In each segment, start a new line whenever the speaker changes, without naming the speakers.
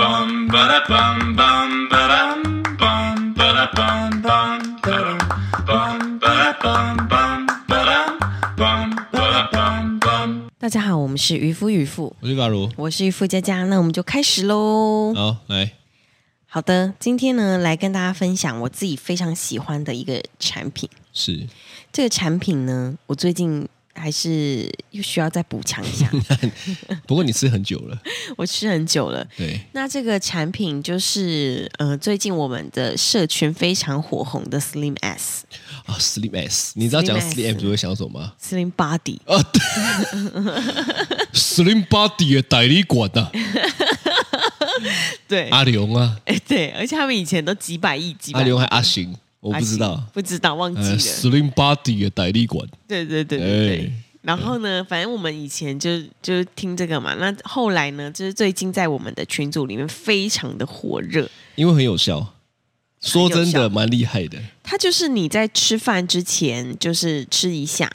bum ba da bum bum ba dum bum ba da bum bum ba dum bum ba da bum bum ba dum bum ba da bum bum.
大家好，我们是渔夫渔妇，
我是嘎如，
我是渔夫佳佳，那我们就开始喽。
好来，
好的，今天呢来跟大家分享我自己非常喜欢的一个产品。
是
这个产品呢，我最近还是又需要再补强 一下，
不过你吃很久了，
我吃很久了。
对，
那这个产品就是呃，最近我们的社群非常火红的 Slim S、
啊，Slim S，你知道讲
Slim S
Slim S 你会想到什么吗？
Slim Body，
啊，对，Slim Body 的代理馆呐、
对，哎、
阿龙啊，
对， 而且他们以前都几百亿、几
阿
百亿
龙，还阿行，我
我
不知道，
不知道，忘记
呃
了。
，Slim Body 的代理馆，
对对对对对
哎。
然后呢，反正我们以前就就听这个嘛，那后来呢，就是最近在我们的群组里面非常的火热。
因为很有效，说真
很有效
的蛮厉害的，
它就是你在吃饭之前就是吃一下，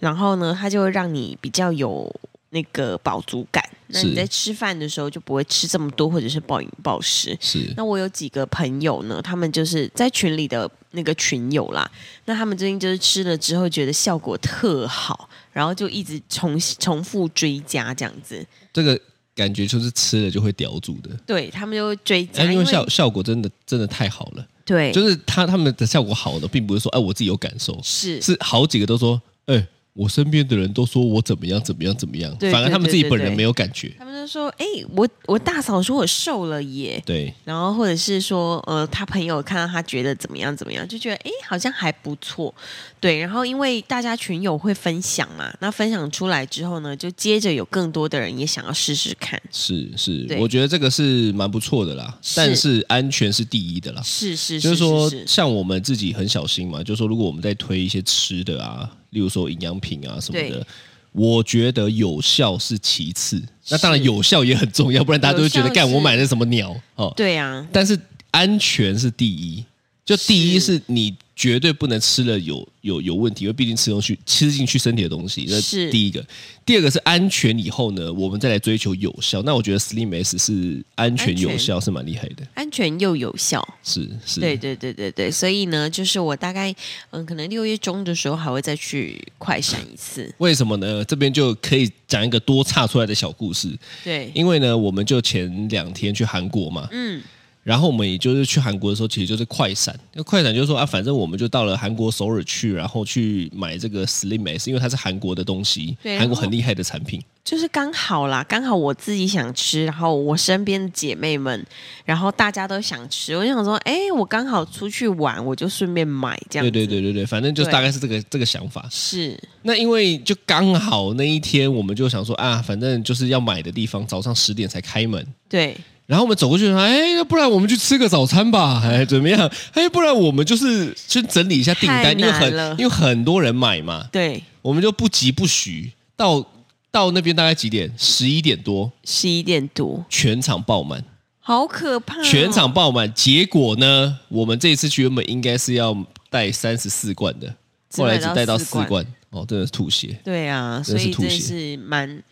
然后呢，它就会让你比较有那个饱足感。那
是
你在吃饭的时候就不会吃这么多，或者是暴饮暴食。
是
那我有几个朋友呢，他们就是在群里的那个群友啦，那他们最近就是吃了之后觉得效果特好，然后就一直重重复追加这样子，
这个感觉就是吃了就会叼住的。
对他们就会追加，
哎，因
因
为效效果真的真的太好了，
对
就是他他们的效果好的，并不是说哎我自己有感受，
是
是好几个都说，哎、我身边的人都说我怎么样怎么样怎么样，
对
反而他们自己本
对对
人
对
没有感觉。
他们就说，哎、我我大嫂说我瘦了耶，
对，
然后或者是说，呃，他朋友看到他觉得怎么样怎么样，就觉得诶哎好像还不错，对。然后因为大家群友会分享嘛，那分享出来之后呢，就接着有更多的人也想要试试看。
是是
对，
我觉得这个是蛮不错的啦，
是
但是安全是第一的啦。
是是
就是是说，
是是
像我们自己很小心嘛，就是说，如果我们在推一些吃的啊，例如说营养品啊什么
对
的，我觉得有效是其次。那当然有效也很重要，不然大家都会觉
有
得
效
干
是
我买的什么鸟哦。
对啊，
但是安全是第一，就第一
是
是你绝对不能吃了有有有问题，因为毕竟吃东西吃进去身体的东西，这
是
第一个。第二个是安全以后呢，我们再来追求有效。那我觉得 Slim S 是安全
安全
有效是蛮厉害的，
安全又有效。
是是，
对对对对对，所以呢，就是我大概嗯，可能六月中的时候还会再去快闪一次。
为什么呢？这边就可以讲一个多岔出来的小故事，
对，
因为呢，我们就前两天去韩国嘛，
嗯，
然后我们也就是去韩国的时候，其实就是快闪。那快闪就是说啊，反正我们就到了韩国首尔去，然后去买这个 Slim S，因为它是韩国的东西，
对
韩国很厉害的产品。
就是刚好啦，刚好我自己想吃，然后我身边的姐妹们，然后大家都想吃，我就想说，哎，我刚好出去玩，我就顺便买这样
对
子。
对对对对，反正就是
对
大概是这个这个想法。
是
那因为就刚好那一天，我们就想说啊，反正就是要买的地方早上十点才开门，
对
然后我们走过去说，哎，要不然我们去吃个早餐吧，哎，怎么样？哎，不然我们就是先整理一下订
太
单，因为
难
很
了
因为很多人买嘛，
对，
我们就不急不徐，到到那边大概几点？十一点多，
十一点多，
全场爆满，
好可怕哦、
全场爆满。结果呢，我们这一次去原本应该是要带三十四罐的，
只
后来只带到
四
四罐，哦，真的是吐血。
对啊，所
真是
以
吐
真
血
是蛮，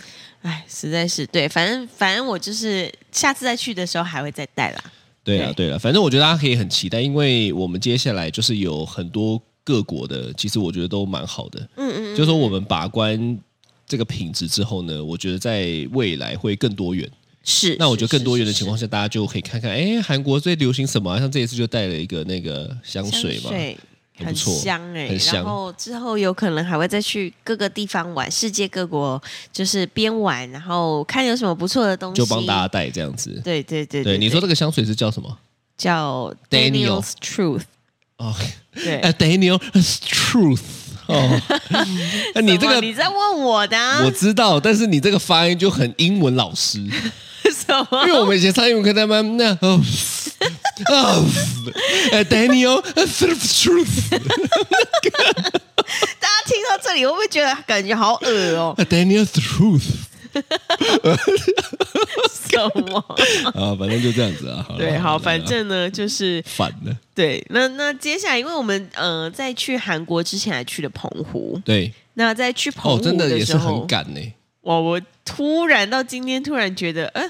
哎，实在是对，反正反正我就是下次再去的时候还会再带啦。
对啊，对啊，反正我觉得大家可以很期待，因为我们接下来就是有很多各国的，其实我觉得都蛮好的。
嗯嗯嗯，
就是说我们把关这个品质之后呢，我觉得在未来会更多元。
是。
那我觉得
是
更多元的情，况
是
下，大家就可以看看，哎，韩国最流行什么、啊？像这一次就带了一个那个香
是
水嘛，
香水
很
很
不错
香哎、
很香
然后之后有可能还会再去各个地方玩，世界各国就是边玩，然后看有什么不错的东西，
就帮大家。带这样子。
对对对
对，你说这个香水是叫什么？
叫
Daniel
Daniel's Truth，
哦，
对，
哎，Daniel s Truth 哦，那你这
什么
个
你在问我的、啊
我，知道，但是你这个发音就很英文老师，因
什么？
为我们以前上英文课在那边那哦。啊，哎，Daniel Truth，Daniel？
大家听到这里会不会觉得感觉好恶哦
Truth
什么？
啊，反正就这样子啊。了
对，好，
了
反正呢就是
反了，
对，那那接下来，因为我们呃在去韩国之前还去了澎湖，
对，
那在去澎
哦，
湖
真的也
时
是
候，
很赶呢、
哇，我突然到今天突然觉得，呃，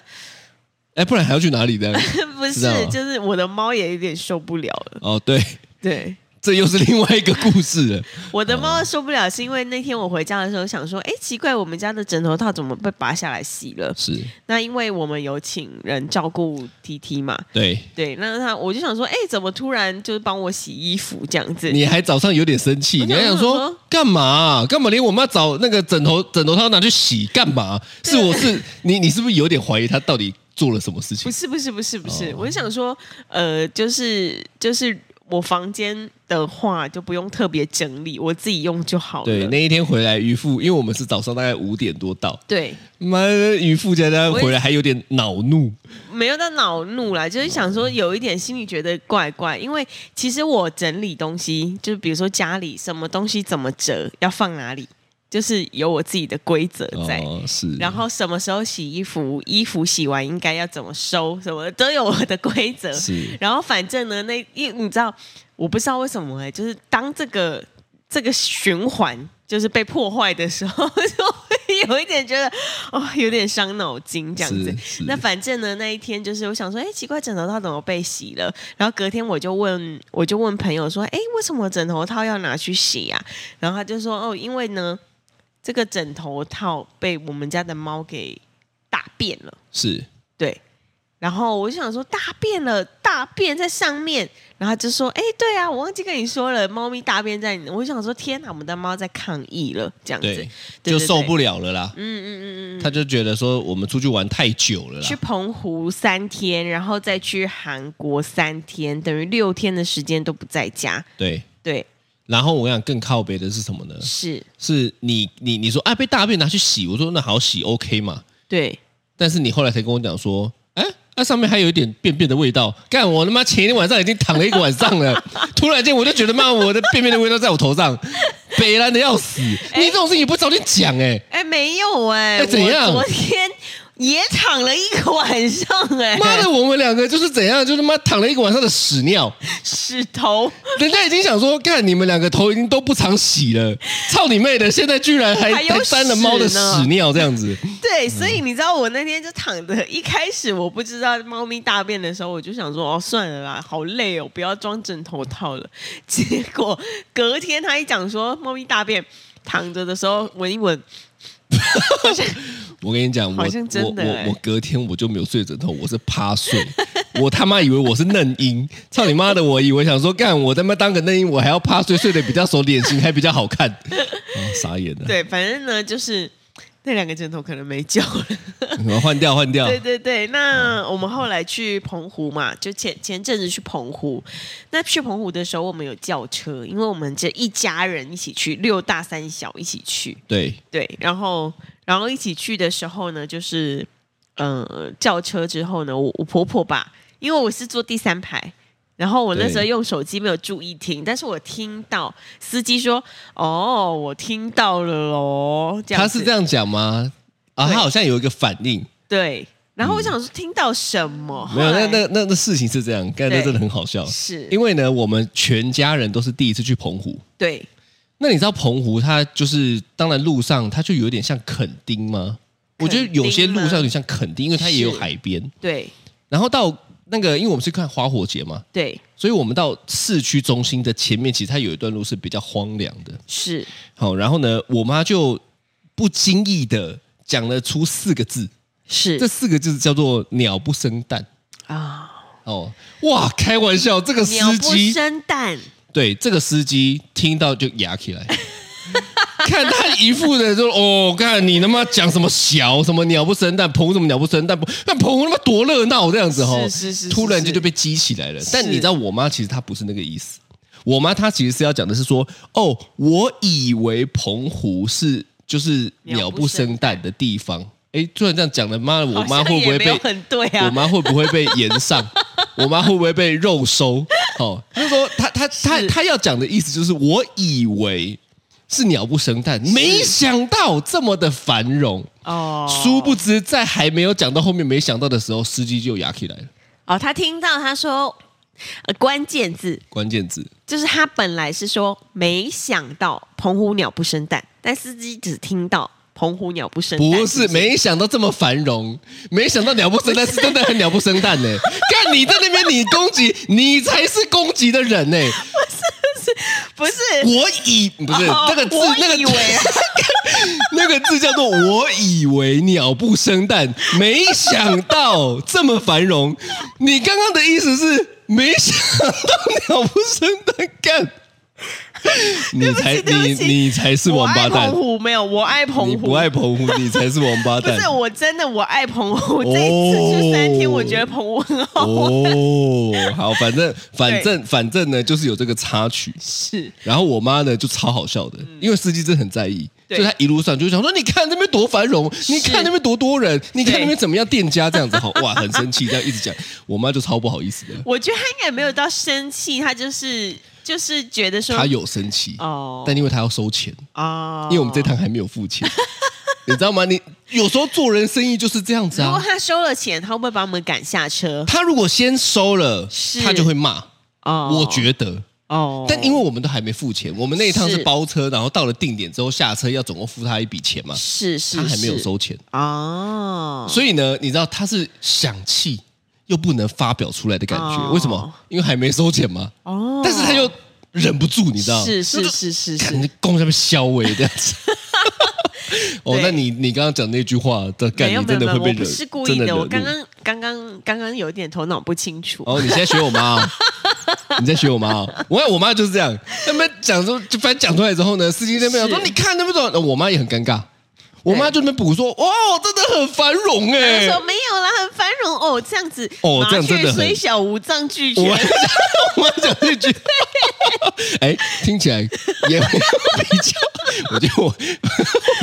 哎，不然还要去哪 里的？
不
知道
是，就是我的猫也有点受不了了。
哦，对，
对，
这又是另外一个故事了。
我的猫受不了是因为那天我回家的时候想说，哎，奇怪，我们家的枕头套怎么被拔下来洗了？
是
那因为我们有请人照顾 T T 嘛，
对，
对，那他我就想说，哎，怎么突然就是帮我洗衣服这样子？
你还早上有点生气，
我
你
想
还想
我想
说
说
干嘛啊、干嘛连我妈找那个枕头枕头套拿去洗干嘛？是我是你你是不是有点怀疑她到底做了什么事
不
情？
是不是不是不是，
哦
我是想说，呃，就是就是我房间的话就不用特别整理，我自己用就好了。
对，那一天回来，渔父因为我们是早上大概五点多到，
对
妈的渔父家家回来还有点恼怒，
没有到恼怒啦，就是想
哦
说有一点心里觉得怪怪，因为其实我整理东西，就是比如说家里什么东西怎么折，要放哪里，就是有我自己的规则在。
哦，是，
然后什么时候洗衣服，衣服洗完应该要怎么收，什么的都有我的规则。
是
然后反正呢，那因你知道，我不知道为什么哎、就是当这个这个循环就是被破坏的时候，就会有一点觉得哦，有点伤脑筋这样子
是。是
那反正呢，那一天就是我想说，哎，奇怪，枕头套怎么被洗了？然后隔天我就问，我就问朋友说，哎，为什么枕头套要拿去洗啊？然后他就说，哦，因为呢，这个枕头套被我们家的猫给大便了。
是
对。然后我就想说，大便了，大便在上面。然后他就说，哎，对啊，我忘记跟你说了，猫咪大便在你。我就想说，天哪，我们的猫在抗议了，这样子，
对，
对
就
对
受不了了啦。
嗯嗯嗯嗯嗯。
他就觉得说我们出去玩太久了
去
啦，
澎湖三天，然后再去韩国三天，等于六天的时间都不在家。
对。
对，
然后我想更靠北的是什么呢？
是，
是你你你说啊被大便拿去洗，我说那好洗 OK 嘛，
对，
但是你后来才跟我讲说，哎，那、上面还有一点便便的味道。干我他妈前一天晚上已经躺了一个晚上 了，突然间我就觉得妈我的便便的味道在我头上，北蓝的要死。你这种事情不早点讲 哎、
哎，没有哎、
哎怎样
我昨天也躺了一个晚上哎、
妈的，我们两个就是怎样，就是妈躺了一个晚上的屎尿，
屎头。
人家已经想说，看你们两个头已经都不常洗了，操你妹的，现在居然还
还有
还沾了猫的
屎呢
屎尿这样子，
对，所以你知道我那天就躺着，一开始我不知道猫咪大便的时候，我就想说哦算了啦，好累哦，不要装枕头套了。结果隔天他一讲说猫咪大便，躺着的时候闻一闻，
我跟你讲，我
好像真的
我
欸
我我隔天我就没有睡枕头，我是趴睡。 我他妈以为我是嫩婴，操你妈的！我以为想说干，我他妈当个嫩婴，我还要趴睡，睡得比较熟，脸型还比较 好看。啊，傻眼了，
对，反正呢就是那两个枕头可能没救了。
对，换掉换掉。
对对对，那我们后来去澎湖嘛，就前前阵子去澎湖。那去澎湖的时候，我们有叫车，因为我们这一家人一起去，六大三小一起去。
对
对，然后然后一起去的时候呢，就是呃叫车之后呢，我我婆婆吧，因为我是坐第三排。然后我那时候
对
用手机没有注意听，但是我听到司机说：“哦，我听到了哦。”这样
他
子
是这样讲吗？啊，他
对
好像有一个反应，
对。然后我想说听到什么？
嗯没
后
有？那
来
那那那事情是这样，干那
对
真的很好笑。
是
因为呢，我们全家人都是第一次去澎湖。
对
那你知道澎湖它就是，当然路上它就有点像垦丁吗？我觉得有些路上有点像垦丁，因为它也有
是
海边。
对
然后到那个，因为我们是看花火节嘛，
对
所以我们到市区中心的前面，其实它有一段路是比较荒凉的。
是
好，然后呢，我妈就不经意的讲了出四个字，这
是
四个字叫做“鸟不生蛋
啊，”。
哦，哇，开玩笑，这个
鸟
司
不
机
生蛋，
对，这个司机听到就牙起来， 看他一副的就哦，看你他妈讲什么小什么鸟不生蛋，棚什么鸟不生蛋，不那棚他妈多热闹这样子哦，
是是是是
突然间
是
就被激起来了。但你知道我妈其实她不是那个意思，我妈她其实是要讲的是说，哦，我以为澎湖是就是鸟
鸟
不
不
生
生
蛋的地方。哎，突然这样讲了，妈，我妈
好像
会不会
也没
被
有很对
我
啊？
妈会不会被延 上？我妈会不会被肉收？哦，她说她她她
是
她要讲的意思就是，我以为是鸟不生蛋，没想到这么的繁荣。
哦，
殊不知，在还没有讲到后面，没想到的时候，司机就牙起来了。
哦，他听到他说、呃、关键字
关 键字
就是他本来是说没想到澎湖鸟不生蛋，但司机只听到澎湖鸟不生蛋，
不是，没想到这么繁荣，没想到鸟不生蛋是真的很鸟不生蛋呢、 干你在那边你攻击，你才是攻击的人呢、
不是
我以不是、
哦
那个字
我，
那个
以为啊
那个字叫做“我以为鸟不生蛋”，没想到这么繁荣。你刚刚的意思是没想到鸟不生蛋 干？你才
对不起
你
对不起
你才是
我
王八
爱
蛋
澎，湖没有，我爱澎
你
湖，
不爱澎湖，你才是王 八
不
蛋。
是我真的我爱澎湖，这一次去三天，我觉得澎湖很好
哦，好，反 正反正反正呢，就是有这个插曲。
吃。
然后我妈呢就超好笑的，因为司机真的很在意，
嗯
所
对
以她一路上就想说：“你看那边多繁荣，你看那边多多人，你看那边怎么样店家这样子 好哇，很生气，这样一直讲。”我妈就超不好意思的，
我觉得他应该没有到生气，他就是就是觉得说
她有生气
哦
但因为她要收钱，
哦，
因为我们这趟还没有付 钱，你知道吗？你有时候做人生意就是这样子
如果
啊。
他收了钱，他会不会把我们赶下车？
她如果先收了
是，
她就会骂。
哦，
我觉得，
哦，
但因为我们都还没付钱，我们那一趟是
是
包车，然后到了定点之后下车要总共付她一笔钱嘛，
是是
她还没有
是
收钱。
哦，
所以呢，你知道他是想气又不能发表出来的感觉，
哦
为什么？因为还没收钱嘛。
哦，
但是他又忍不住，你知道？
是是
就是
是
看你
是，
供下面消委欸这 样子。哦，
对
那你你刚刚讲那句话的感
没有
觉，
没有
真
没
的
有，
会被
我不
惹，
是故意
真
的，
惹怒
我刚刚刚刚刚刚有点头脑不清楚。
哦，你现在学我 妈、哦，你在学我妈、哦。我我妈就是这样，那边讲说，就反正讲出来之后呢，司机那边讲说，
是
你看那边怎么？我妈也很尴尬，我妈就那边补说，哇，真的很繁荣
他
哎、
就说没有啦，很繁荣哦，这样子
哦这样
麻雀
真的很
虽小，五脏俱全
我。们我们讲这句， 哎，听起来也没有比较。我觉得我，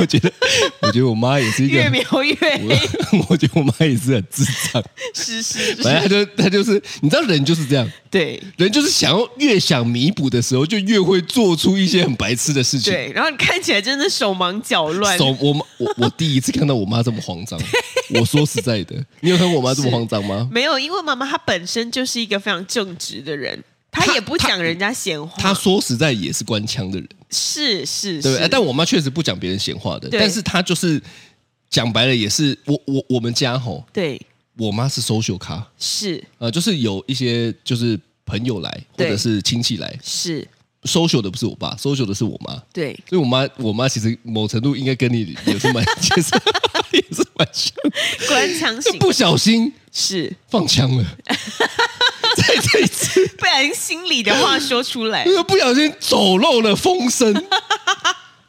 我觉得，我觉得我妈也是一 个
越，描越黑，
我我觉得我妈也是很智障。
是是
反正她
是，
就她就是，你知道人就是这样，
对
人就是想要越想弥补的时候，就越会做出一些很白痴的事情。
对。然后你看起来真的手忙脚乱，
手，我妈，我我第一次看到我妈这么慌张。我说实在的，你有看过我妈这么慌张吗？
没有，因为妈妈她本身就是一个非常正直的人，她也不讲人家闲话。
她说实在也是官腔的人。
是是
对不对
是，，
但我妈确实不讲别人闲话的，
对
但是她就是讲白了，也是我我我们家吼，
对
我妈是 social 咖，
是
呃，就是有一些就是朋友来或
对
者是亲戚来
是，
，social 的不是我爸，social 的是我妈，
对
所以我妈我妈其实某程度应该跟你也是蛮 也是也是蛮像，
官腔
就
型
不小心
是，
放枪了， 在这一次
不然心里的话说出来
因为不小心走漏了风 声。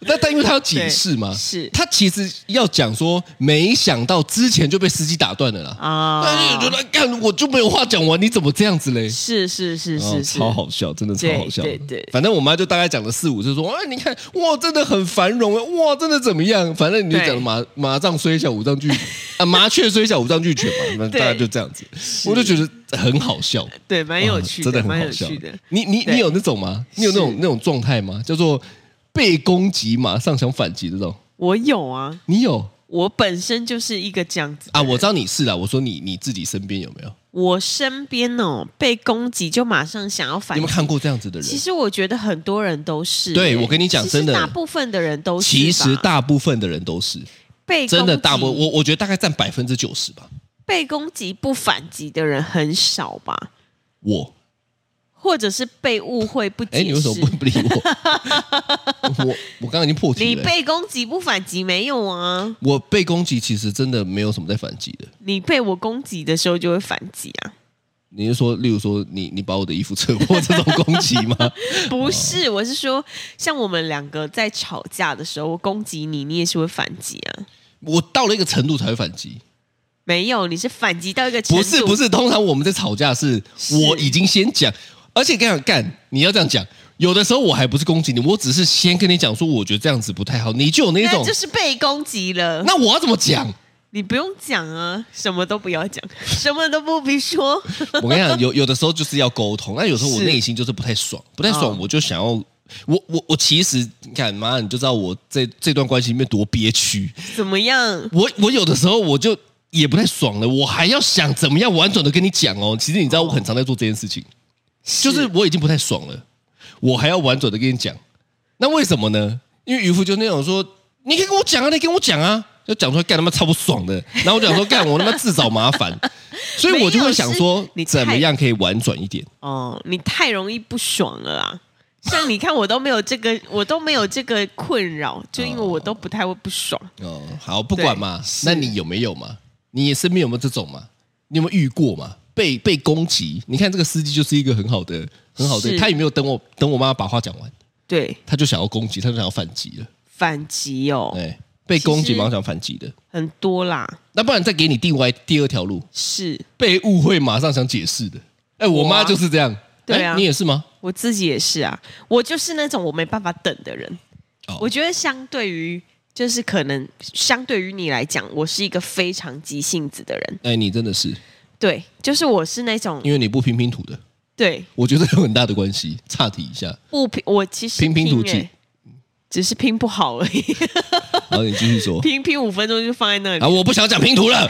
那但因为他要解释嘛，
对是
他其实要讲说，没想到之前就被司机打断了啦。但是
啊
我，觉得，干我就没有话讲完，你怎么这样子 嘞？
是是是
哦
是是，
超好笑，真的超好笑。
对对对
反正我妈就大概讲了四五次，说，哇，你看，哇，真的很繁荣哎，哇，真的怎么样？反正你就
对
讲麻麻将虽小，五脏俱 啊，麻雀虽小，五脏俱全嘛，反正大
对
概就这样子。我就觉得很好笑。
对，蛮有趣
啊真的
蛮
很好
有
笑
趣的。
你你
对
你有那种吗？你有那种
是
那种状态吗？叫做被攻击马上想反击的这种？
我有啊，
你有
我本身就是一个这样子的
啊？我
人
知道你是啦。我说你你自己身边有没有？
我身边哦被攻击就马上想要反
你有没有
击。
看过这样子的人
其？实我觉得很多人都是，
对
欸
我跟你讲
其实
真的
大部分的人都是吧，
其实大部分的人都是
被
真
攻
的
击
大部我我觉得大概占百分之九十吧。
被攻击不反击的人很少吧，
我
或者是被误会不解
哎，
释。
你为什么不不理我？ 我我刚刚已经破题
你
了。欸
被攻击不反击没有啊？
我被攻击，其实真的没有什么在反击的。
你被我攻击的时候就会反击啊？
你是说，例如说你你把我的衣服 扯破这种攻击吗？
不是，我是说，像我们两个在吵架的时候，我攻击你，你也是会反击啊？
我到了一个程度才会反击。
没有，你是反击到一个程
不
度，
是不是，通常我们在吵架是
是
我已经先讲，而且跟你讲干，你要这样讲，有的时候我还不是攻击你，我只是先跟你讲说，我觉得这样子不太好，你就有那
那
种
就，是被攻击了。
那我要怎么 讲？
你不用讲啊，什么都不要讲，什么都不必说。
我跟你讲，有有的时候就是要沟通，那有时候我
是
内心就是不太爽，不太爽
哦，
我就想要。我我我其实，你看妈，你就知道我这这段关系里面多憋屈。
怎么样？
我我有的时候我就也不太爽了，我还要想怎么样婉转的跟你讲哦。其实你知道，我很常在做这件事情。就是我已经不太爽了，我还要婉转的跟你讲，那为什么呢？因为渔夫就那种说，你可以跟我讲啊，你跟我讲啊，就讲出来干他妈超不 爽的。然后我讲说干我他妈自找麻烦，所以我就会想
没
说
有是你太
怎么样可以婉转一点。
哦，你太容易不爽了啦。像你看，我都没有这个，我都没有这个困扰，就因为我都不太会不爽。
哦，好，不管嘛，那你有没有嘛？你身边有没有这种嘛？你有没有遇过嘛？被被攻击？你看这个司机就是一个很好的，很好的，
是
他也没有等我等我妈把话讲完，
对，
他就想要攻击，他就想要反击了。
反击哦，
哎，被攻
其
击
实
马上想反击的，
很多啦，
那不然再给你另外第二条路，
是
被误会马上想解释的。哎，我
我啊
妈就是这样。
对啊
哎你也是吗？
我自己也是啊，我就是那种我没办法等的人。
哦
我觉得相对于就是可能相对于你来讲，我是一个非常急性子的人。
哎，你真的是，
对，就是我是那种
因为你不拼拼图的，
对
我觉得有很大的关系。岔题一下，
不拼，我其实
拼拼图
欸
记
只是拼不好而
哦
已，
然后你继续 说
拼拼五分钟就放在那里
啊，，我不想讲拼图了。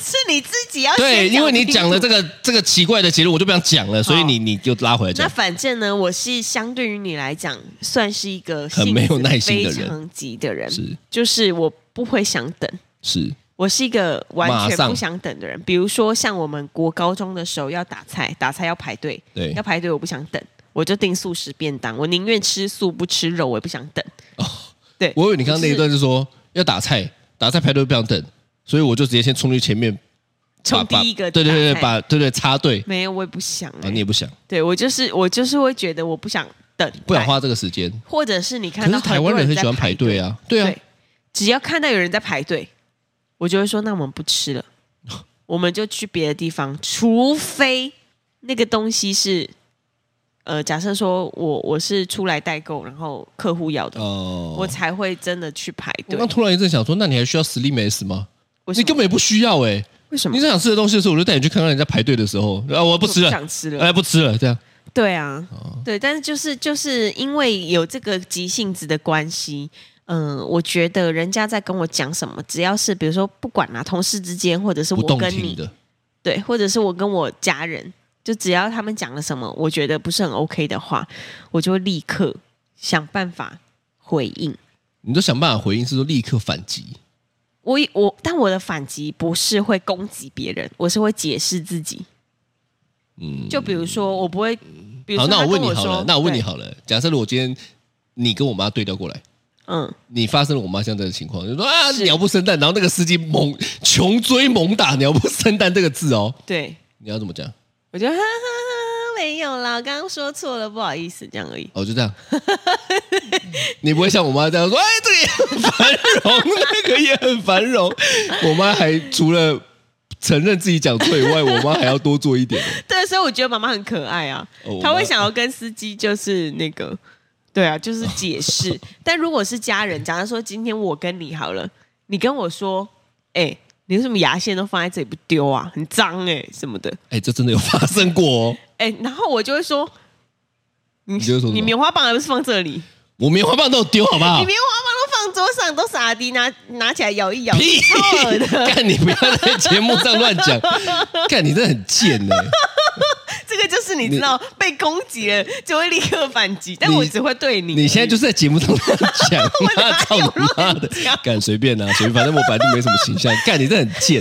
是你自己要
对，
先
因为你讲了这
拼
个这个奇怪的结论，我就不想讲了，所以你你就拉回来
图。那
讲。
反正呢，我是相对于你来讲，算是一个
很
性
没有
子
耐心的人
非常急的人，
是
就是我不会想等。
是
我是一个完
马
全
上
不想等的人。比如说，像我们国高中的时候要打菜，打菜要排队，
对
要排队，我不想等，我就订素食便当，我宁愿吃素不吃肉，我也不想等。对，
哦我以为你刚刚那一段是说要打菜，打菜排队不想等，所以我就直接先冲去前面把
冲第一
把
个打
对
菜，
对对，把对对插队
没有，我也不想、欸
啊，你也不想
对我就是我就是会觉得我不想等，
不想，花这个时间，
或者是你
可
哎看到
是台湾人很喜欢排队
啊，
啊，对啊，
对，只要看到有人在排队，我就会说那我们不吃 了，我们就去别的地方，除非那个东西是，呃，假设说我我是出来代购，然后客户要的，
哦，
我才会真的去排
我
队
刚。突然一阵想说，那你还需要 Slim S 吗？
为什
你
么？
根本也不需要哎，
为什么
你？想吃的东西的时候，我就带你去看看人家排队的时候，啊，我不吃
我
了，
想吃了。
哎，不哦吃了，这样
对啊，对，但是就是就是因为有这个急性子的关系，嗯、我觉得人家在跟我讲什么，只要是比如说不管啊，同事之间，或者是
不
我
动
跟
听
你，
的，
对，或者是我跟我家人，就只要他们讲了什么，我觉得不是很 OK 的话，我就会立刻想办法回应。
你就想办法回应，是说立刻反击。
我我，但我的反击不是会攻击别人，我是会解释自己。嗯，就比如说，我不会，比如
嗯
说
好，那
他
我
跟
问你
我
好
说，
了，那我问你
对，
好了，假设如果今天你跟我妈对调过来，
嗯，
你发生了我妈现在的情况，就说啊鸟不生蛋，然后那个司机猛穷追猛打“鸟不生蛋”这个字哦，
对，
你要怎么讲？
我就哈哈哈没有啦，我刚刚说错了，不好意思，这样而已。
哦，就 这样，你不会像我妈这样说，哎，这个也很繁荣，那个也很繁荣。我妈还除了承认自己讲错以外，我妈还要多做一点。
对，所以我觉得妈妈很可爱啊
哦，
她
我
会
妈
想要跟司机就是那个，对啊，就是解 释。但如果是家人，假如说今天我跟你好了，你跟我说，哎、你为什么牙线都放在这里不丢啊？很脏哎、什么的，
哎，这真的有发生过哦。
哎、然后我就会说，你
你就会说什么啊
你棉花棒还不是放这里？
我棉花棒都有丢，好不好
你？棉花棒都放桌上，都傻逼拿拿起来摇一摇，
屁
超恶！的，
干你不要在节目上 乱讲，干你真的很贱呢、
这个就是你知道被攻击了就会立刻反击，但
你
我只会对你。
你现在就是在节目上乱 讲，妈操你妈的！干随便啊，随便，反正我本来就没什么形象。干你这很贱，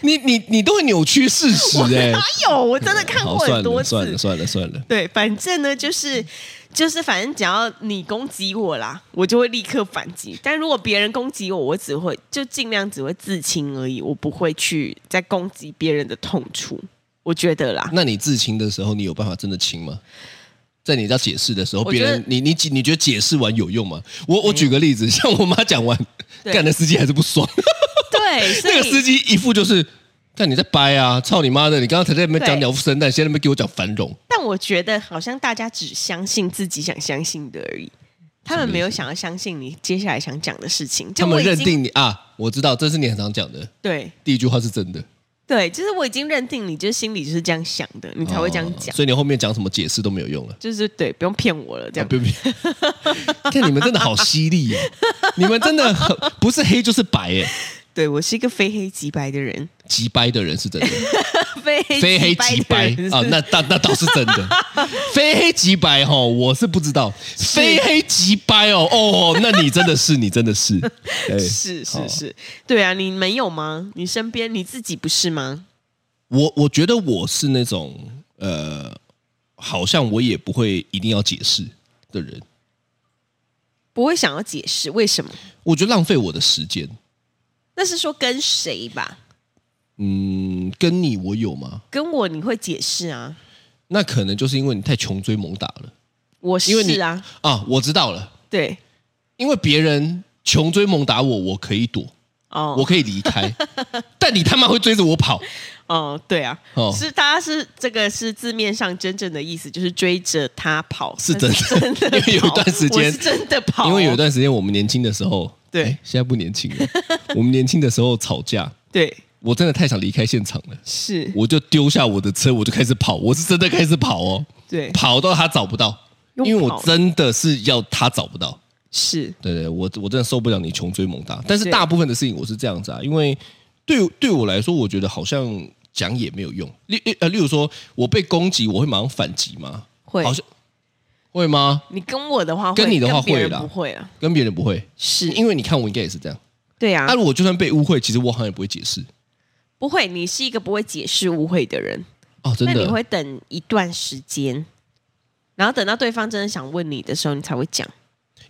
你你你都会扭曲 事实哎、
哪有？我真的看过
好，
很
算
多
了
次。
算了算了算了，
对，反正呢，就是就是，反正只要你攻击我啦，我就会立刻反击。但如果别人攻击我，我只会就尽量只会自清而已，我不会去再攻击别人的痛处。我觉得啦，
那你自清的时候，你有办法真的清吗？在你要解释的时候，
我
别
觉得
人你你你觉得解释完有用吗？我我举个例子，像我妈讲完，
对
干的司机还是不爽，
对，所
那个司
以
机一副就是。干你在掰啊！操你妈的！你刚刚才在那边讲
对
鸟不生蛋，现在在那边给我讲繁荣，
但我觉得好像大家只相信自己想相信的而已。他们没有想要相信你接下来想讲的事情，就
他
我
们
已经
认定你啊！我知道，这是你很常讲的
对
第一句话是真的。
对，就是我已经认定你，就是心里就是这样想的，你才会这样
哦
讲，
所以你后面讲什么解释都没有用了。
就是对，不用骗我了，这
啊
样
不不，看你们真的好犀利耶！你们真的很不是黑就是白耶，
对我是一个非黑即白的人，
急掰的人是真的，
非黑
非黑即
即
白
的人
啊，那那那倒是真的，非黑即白哈，我是不知道，非黑即白哦哦，那你真的是你真的是，哎
是
好
是是，对啊，你没有吗？你身边你自己不是吗？
我我觉得我是那种呃，好像我也不会一定要解释的人，
不会想要解释为什么？
我觉得浪费我的时间。
那是说跟谁吧？
嗯，跟你我有吗？
跟我你会解释啊？
那可能就是因为你太穷追猛打了
我
因为你
是啊，
啊！我知道了，
对
因为别人穷追猛打我，我可以躲，
哦，
我可以 离开，但你他妈会追着我跑。
哦，对啊，
哦
是大家是这个是字面上真正的意思，就是追着他跑，
是真的
真的
因为有一段时间
跑我是真的跑哦，
因为有一段时间我们年轻的时候，
对
哎现在不年轻了。 我们年轻的时候吵架，
对
我真的太想离开现场了，
是，
我就丢下我的车，我就开始跑，我是真的开始跑哦，
对
跑到他找不到，因
用
为我
跑
真的是要他找不到。
是
对对，我我真的受不了你穷追猛打。但是
对
大部分的事情我是这样子啊，因为对对我来说，我觉得好像讲也没有用。例例呃，例如说我被攻击，我会马上反击吗？
会
好。像会吗？
你跟我的话会，
跟你的话
跟别
会
人
啦
不会啊？
跟别人不会，
是
因为你看我应该也是这样。
对啊
啊，，我就算被误会，其实我好像也不会解释
不会，你是一个不会解释误会的人。
哦，真
那你
的。
会等一段时间，然后等到对方真的想问你的时候，你才会讲。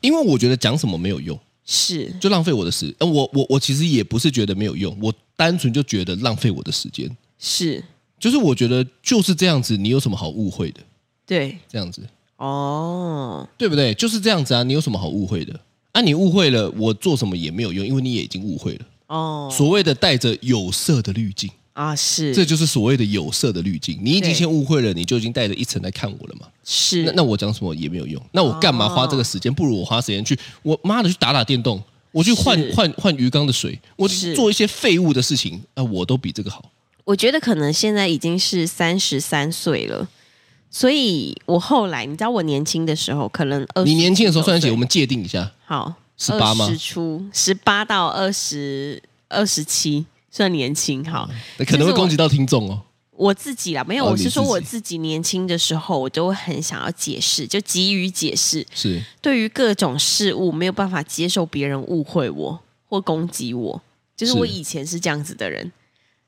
因为我觉得讲什么没有用，
是
就浪费我的时。呃、我我我其实也不是觉得没有用，我单纯就觉得浪费我的时间。
是，
就是我觉得就是这样子，你有什么好误会的？
对，
这样子。
哦，
对不对？就是这样子啊，你有什么好误会的？啊，你误会了，我做什么也没有用，因为你也已经误会了。
哦，
所谓的带着有色的滤镜，
啊，是，
这就是所谓的有色的滤镜。你已经
对
先误会了，你就已经带着一层来看我了嘛。
是
那那我讲什么也没有用，那我干嘛花这个时间？不如我花时间去我妈的去打打电动，我去换
是
换换鱼缸的水，我
是
做一些废物的事情啊，我都比这个好。
我觉得可能现在已经是三十三岁了，所以我后来，你知道我年轻的时候，可能二
你年轻的时候，算姐，我们界定一下，
好
18吗
十出十八到二十二十七算年轻好。
可
其
能会
实我
攻击到听众哦。
我自己啦，没有，
嗯哦
我
你
是说
自己
我自己年轻的时候，我就会很想要解释，就急于解释，
是，
对于各种事物没有办法接受别人误会我或攻击我，就是
是
我以前是这样子的人，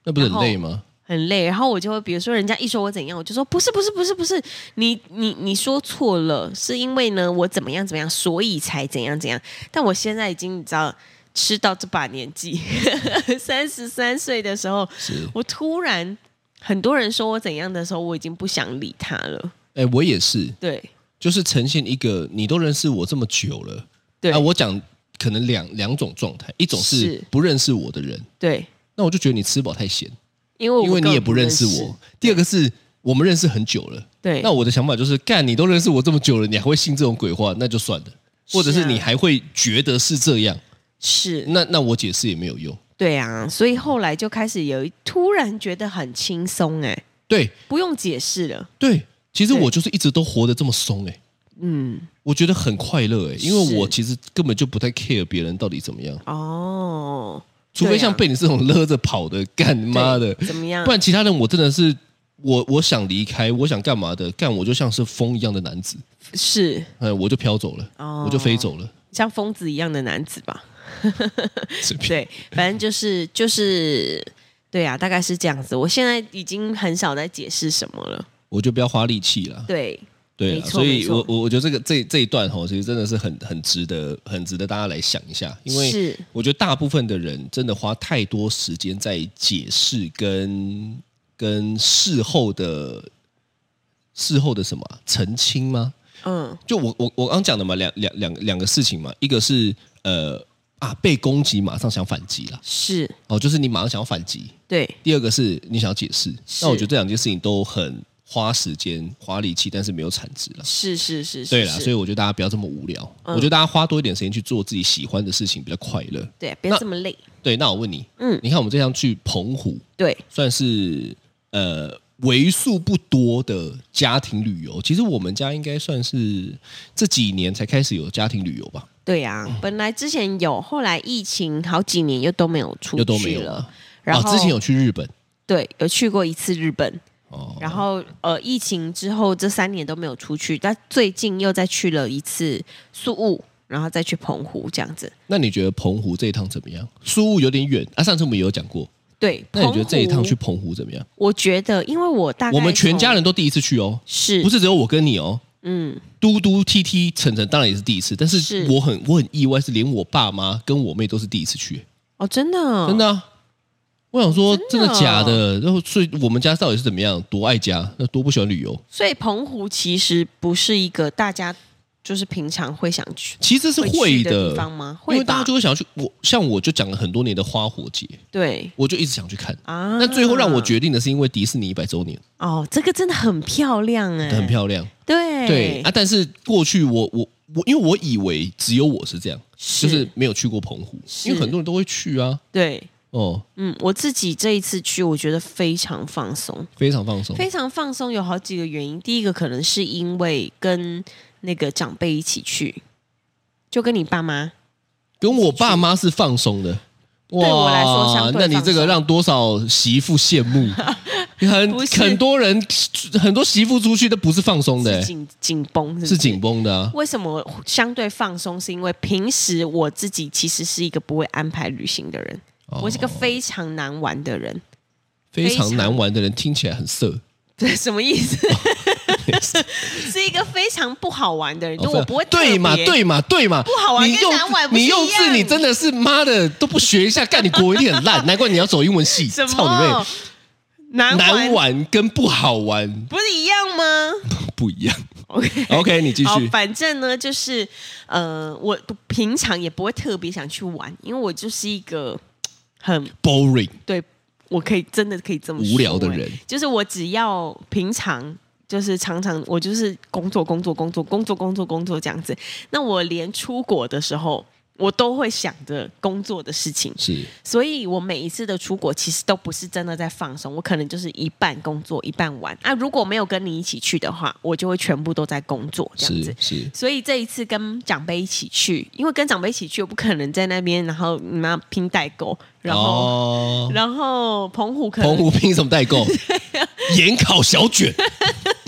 那不是
然
很
后
累吗？
很累。然后我就会，比如说人家一说我怎样，我就说不是不是不是不是，你你你说错了，是因为呢我怎么样怎么样，所以才怎样怎样。但我现在已经你知道。吃到这把年纪， 三十三岁的时候，
是。
我突然很多人说我怎样的时候，我已经不想理他了。
哎，我也是，
对
就是呈现一个你都认识我这么久了，
对
啊，我讲可能两两种状态，一种是
是
不认识我的人，
对，
那我就觉得你吃饱太闲，
因为我
因为你也
根本
不
认
认识我。。第二个是我们认识很久了，
对，
那我的想法就是，干你都认识我这么久了，你还会信这种鬼话，那就算了，或者是
是啊
你还会觉得是这样，
是
那那我解释也没有用。
对啊，所以后来就开始有一突然觉得很轻松哎、
对
不用解释了。
对，其实
对
我就是一直都活得这么松哎、
嗯，
我觉得很快乐哎、因为
是啊
我其实根本就不太 care 别人到底怎么样，
哦，
除非
对啊
像被你这种勒着跑的，干妈的，
对怎嗯么样
不？然其他人我真的是我我想离开，我想干嘛的，干我就像是风一样的男子，
是
嗯，我就飘走了，
哦
我就飞走了，
像疯子一样的男子 吧？
随便。
对，反正就是就是，对啊，大概是这样子。我现在已经很少在解释什么了。
我就不要花力气了，
对，
对
没
啦
错
所以
没
我
错
我我觉得这个这这一段吼，其实真的是很很值得，很值得大家来想一下，因为
是
我觉得大部分的人真的花太多时间在解释跟跟事后的事后的什么啊澄清吗？
嗯，
就我我我刚讲的嘛，两两两两个事情嘛，一个是呃啊被攻击马上想反击啦，
是
哦，就是你马上想要反击；
对，
第二个是你想要解释。
是
那我觉得这两件事情都很花时间、花力气，但是没有产值啦。
是是是是，嗯
对啦，所以
以
我觉得大家不要这么无聊，我觉得大家花多一点时间去做自己喜欢的事情比较快乐。
对，别
那
这么累。
对，那我问你，
嗯
你看我们这趟去澎湖，
对，
算是呃为数不多的家庭旅游。其实我们家应该算是这几年才开始有家庭旅游吧。
对呀、本来之前有，后来疫情好几年又都没有出
又都没
去
有
了。
了。
然
哦，
后、
之前有去日本
对有去过一次日本，
哦，
然后呃疫情之后这三年都没有出去，但最近又再去了一次宿务，然后再去澎湖这样子。
那你觉得澎湖这一趟怎么样？苏雾有点远啊，上次我们也有讲过。
对，
那你
澎
觉得
湖
这一趟去，澎湖怎么样？
我觉得因为我大概
我们全家
从
人都第一次去哦，
是
不是只有我跟你哦。
嗯
嘟嘟、T T、晨晨当然也是第一次，但是
是
我很我很意外，是连我爸妈跟我妹都是第一次去，
哦真的
真的、啊。我想说，真
真
的
的啊
假的？然后所以我们家到底是怎么样？多爱家，那多不喜欢旅游？
所以澎湖其实不是一个大家就是平常会想去
其实是
去
的，
地方吗？
因
会
为大家
吧？
就会想要去。我像我就讲了很多年的花火节，
对
我就一直想去看。
啊，
但最后让我决定的是，因为迪士尼一百周年，
哦，这个真的很漂亮哎、
很漂亮。
对
对啊，但是过去我我我，因为我以为只有我是这样，
是
就是没有去过澎湖，因为
是
很多人都会去啊。
对，
哦，
嗯，我自己这一次去，我觉得非常放松，
非常放松。
非常放松有好几个原因。第一个可能是因为跟那个长辈一起去，就跟你爸妈，
跟我爸妈是放松的。
对我来说相对放松
那你这个让多少媳妇羡 慕？很
不是
很多人，很多媳妇出去都不是放松的、
是紧紧绷，
是
是
紧。绷的啊。
为什么相对放松？是因为平时我自己其实是一个不会安排旅行的人，
哦
我是个非常难玩的人。
非
非
常
常
难玩的人，听起来很色。
对，什么意 思？是一个非常不好玩的人，就
哦非
我
常
不会特别
对嘛，对嘛，对嘛，不
好玩
你
跟
幼
难玩不是
你
一
幼
样
稚，你真的是妈的都不学一下，干你国文一定很烂，难怪你要走英文 系。
什
操你妹
么！难！
难玩跟不好玩
不是一样吗
不一样。
？OK。
OK，你继
好，
续。
反正呢，就是呃，我平常也不会特别想去玩，因为我就是一个很
Boring，
对我可以真的可以这么说
无聊的人
欸就是我只要平常就是常常我就是工作工作工作工作工作工作这样子，那我连出国的时候我都会想着工作的事情，
是
所以我每一次的出国其实都不是真的在放松，我可能就是一半工作一半玩啊。如果没有跟你一起去的话，我就会全部都在工作这样
是
子。
是，
所以这一次跟长辈一起去，因为跟长辈一起去，我不可能在那边然后你妈拼代购，然后、
哦
然后澎湖 可
澎
能
湖凭什么代购？
啊
盐烤小卷，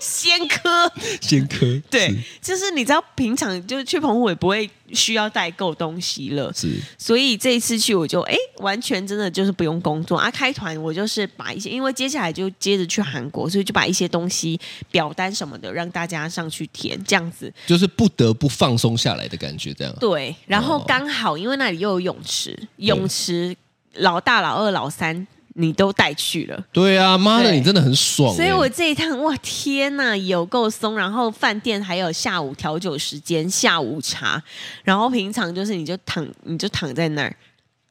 先科，
先科
对，就是你知道平常就是去澎湖也不会需要代购东西了，
是是
所以这一次去我就哎，完全真的就是不用工作啊。开团我就是把一些，因为接下来就接着去韩国，所以就把一些东西表单什么的让大家上去填，这样子。
就是不得不放松下来的感觉，这样
对，然后
哦嗯
刚好因为那里又有泳池，泳池老大、老二、老三你都带去了。
对啊，妈的，
对
你真的很爽欸，
所以我这一趟哇天呐，有够松，然后饭店还有下午调酒时间、下午茶，然后平常就是你就躺你就躺在那儿，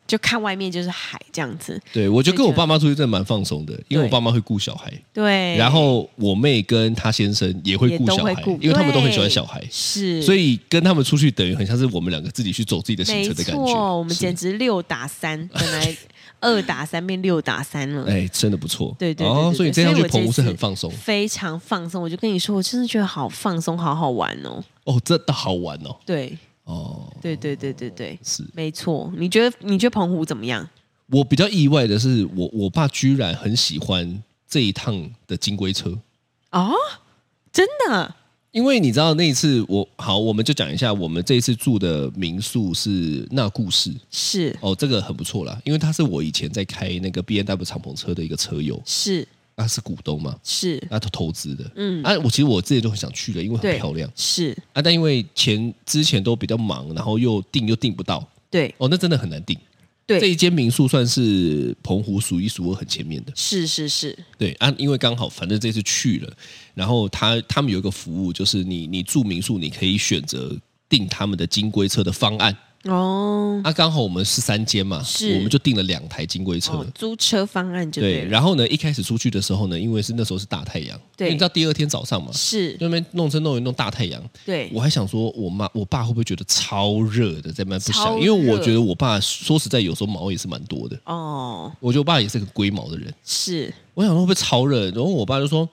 就看外面就是海这样子。
对我觉得跟我
所以就
爸妈出去真的蛮放松的，因
对
为我爸妈会顾小孩，
对，
然后我妹跟她先生也会
也
顾
都
小
会
孩
顾，
因为他们都很
对
喜欢小孩，
是，
所
以
以跟他们出去等于很像是我们两个自己去走自己的行
没
程的感
错，
觉。
我们
是
简直六打三，本来二打三变六打三了。
哎，真的不错，
对对对
哦
对
所以
对
这样
所以我
去澎湖
这次
是很放松
非常放松，我就跟你说，我真的觉得好放松，好好玩哦。
哦，真的好玩哦，
对，
哦，
对，对，对，对，对，
是。
没错。你觉得你觉得澎湖怎么样？
我比较意外的是，我我爸居然很喜欢这一趟的金龟车，
哦，真的
因为你知道那一次我好，我们就讲一下，我们这一次住的民宿是那故事
是
哦，这个很不错啦，因为他是我以前在开那个 B N W 敞篷车的一个车友，
是
他是股东嘛，
是，
他投投资的，
嗯，
啊，我其实我自己都很想去的，因为
对
很漂亮
是
啊，但因为前之前都比较忙，然后又订又订不到，
对
哦，那真的很难订。
对
这一间民宿算是澎湖数一数二很前面的，
是是是
对啊，因为刚好反正这次去了，然后他他们有一个服务，就是你你住民宿，你可以选择订他们的金龟车的方案。
哦
啊，刚好我们是三间嘛，
是
我们就订了两台金龟车。
哦，租车方案就
对，
了，
然后呢，一开始出去的时候呢，因为是那时候是大太阳，
对
因为你知道第二天早上嘛，
是
就那边弄车弄一弄大太阳，
对
我还想说我妈我爸会不会觉得超热的，在那边不想，
超
因为我
热
觉得我爸说实在有时候毛也是蛮多的，
哦
我觉得我爸也是个龟毛的人，
是
我想说会不会超热？然后我爸就说：“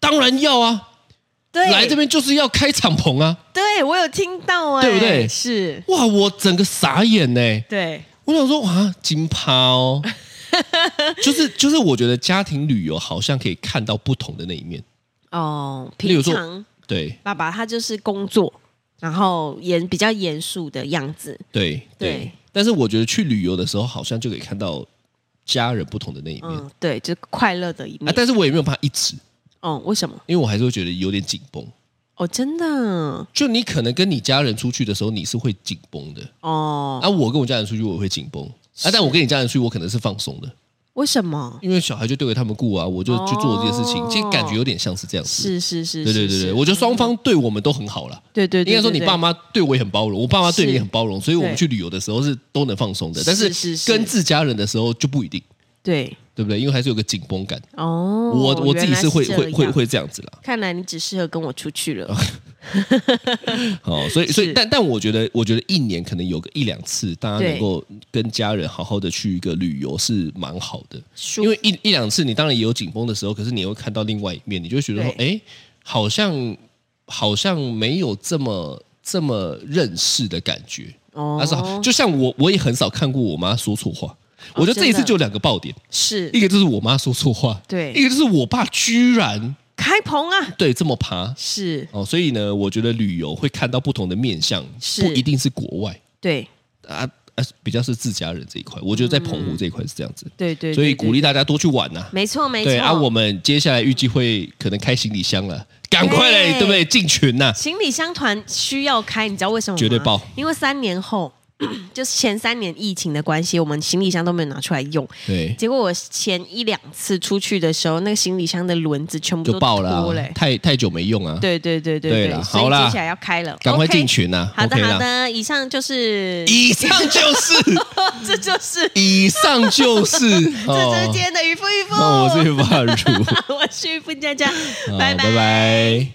当然要啊，
对
来这边就是要开敞篷啊！
对我有听到哎、
对不对
是，
哇，我整个傻眼呢、
对，
我想说，哇，金 趴哦，就是就是，我觉得家庭旅游好像可以看到不同的那一面。
哦，
例如
平
说
常
对
爸爸他就是工作，然后严比较严肃的样子，
对对
对
但是我觉得去旅游的时候，好像就可以看到家人不同的那一面、
嗯，对，就快乐的一
啊
面。。
但是我也没有办法一直，
哦，为什么？
因为我还是会觉得有点紧绷。
哦，真的
就你可能跟你家人出去的时候，你是会紧绷的。
哦、
啊，我跟我家人出去，我也会紧绷。啊，但我跟你家人出去，我可能是放松的，
为什么？
因为小孩就丢给他们顾啊，我就就做我自己的事情。其实感觉有点像是这样子。
哦是是是，
对对
是
对
是
对，我觉得双方对我们都很好啦。
对对对，
应该说你
对
爸妈对我也很包容，我爸妈对你也很包容，所以我们
对
去旅游的时候是都能放松的。但
是是是
跟自家人的时候就不一定，
对
对不对？因为还是有个紧绷感。
哦，
我我自己是会
原来
会
这
会
样。
会这样子啦。
看来你只适合跟我出去 了。
哦，所以所以
是
但但我觉得我觉得一年可能有个一两次，大家
对
能够跟家人好好的去一个旅游是蛮好的。
舒
因为一一两次你当然也有紧绷的时候，可是你又看到另外一面，你就会觉得说，
对
哎，好像好像没有这么这么认识的感觉。
哦
他说，就像我，我也很少看过我妈说错话。我觉得这一次就有两个爆点，
是
一个就是我妈说错话，
哦对
一个就是我爸居然
开棚啊，
对这么爬
是
哦，所以呢，我觉得旅游会看到不同的面相，
是
不一定是国外
对
啊啊，比较是自家人这一块，我觉得在澎湖这一块是这样子，
对嗯对，
所
对
以鼓，励大家多去玩呐、
对没错没错。
对啊，我们接下来预计会可能开行李箱了，赶快嘞，
对
对不对？进群呐、
行李箱团需要开，你知道为什么吗？
绝对爆！
因为三年后， 就是前三年疫情的关系，我们行李箱都没有拿出来用。
对，
结果我前一两次出去的时候，那个行李箱的轮子全部
就
都
爆了啊、
脱嘞
太太久没用啊，
对对对对
对
对，
啦
所以
好啦
接下来要开了，
赶快
OK
进。群呐、
好的
OK 啦
好的，以上就是，
以上就是，
这就是
以上就是，
这就是
哦
今 天的渔夫渔夫，
那我是发如，
我是渔夫佳佳，
好
拜
拜拜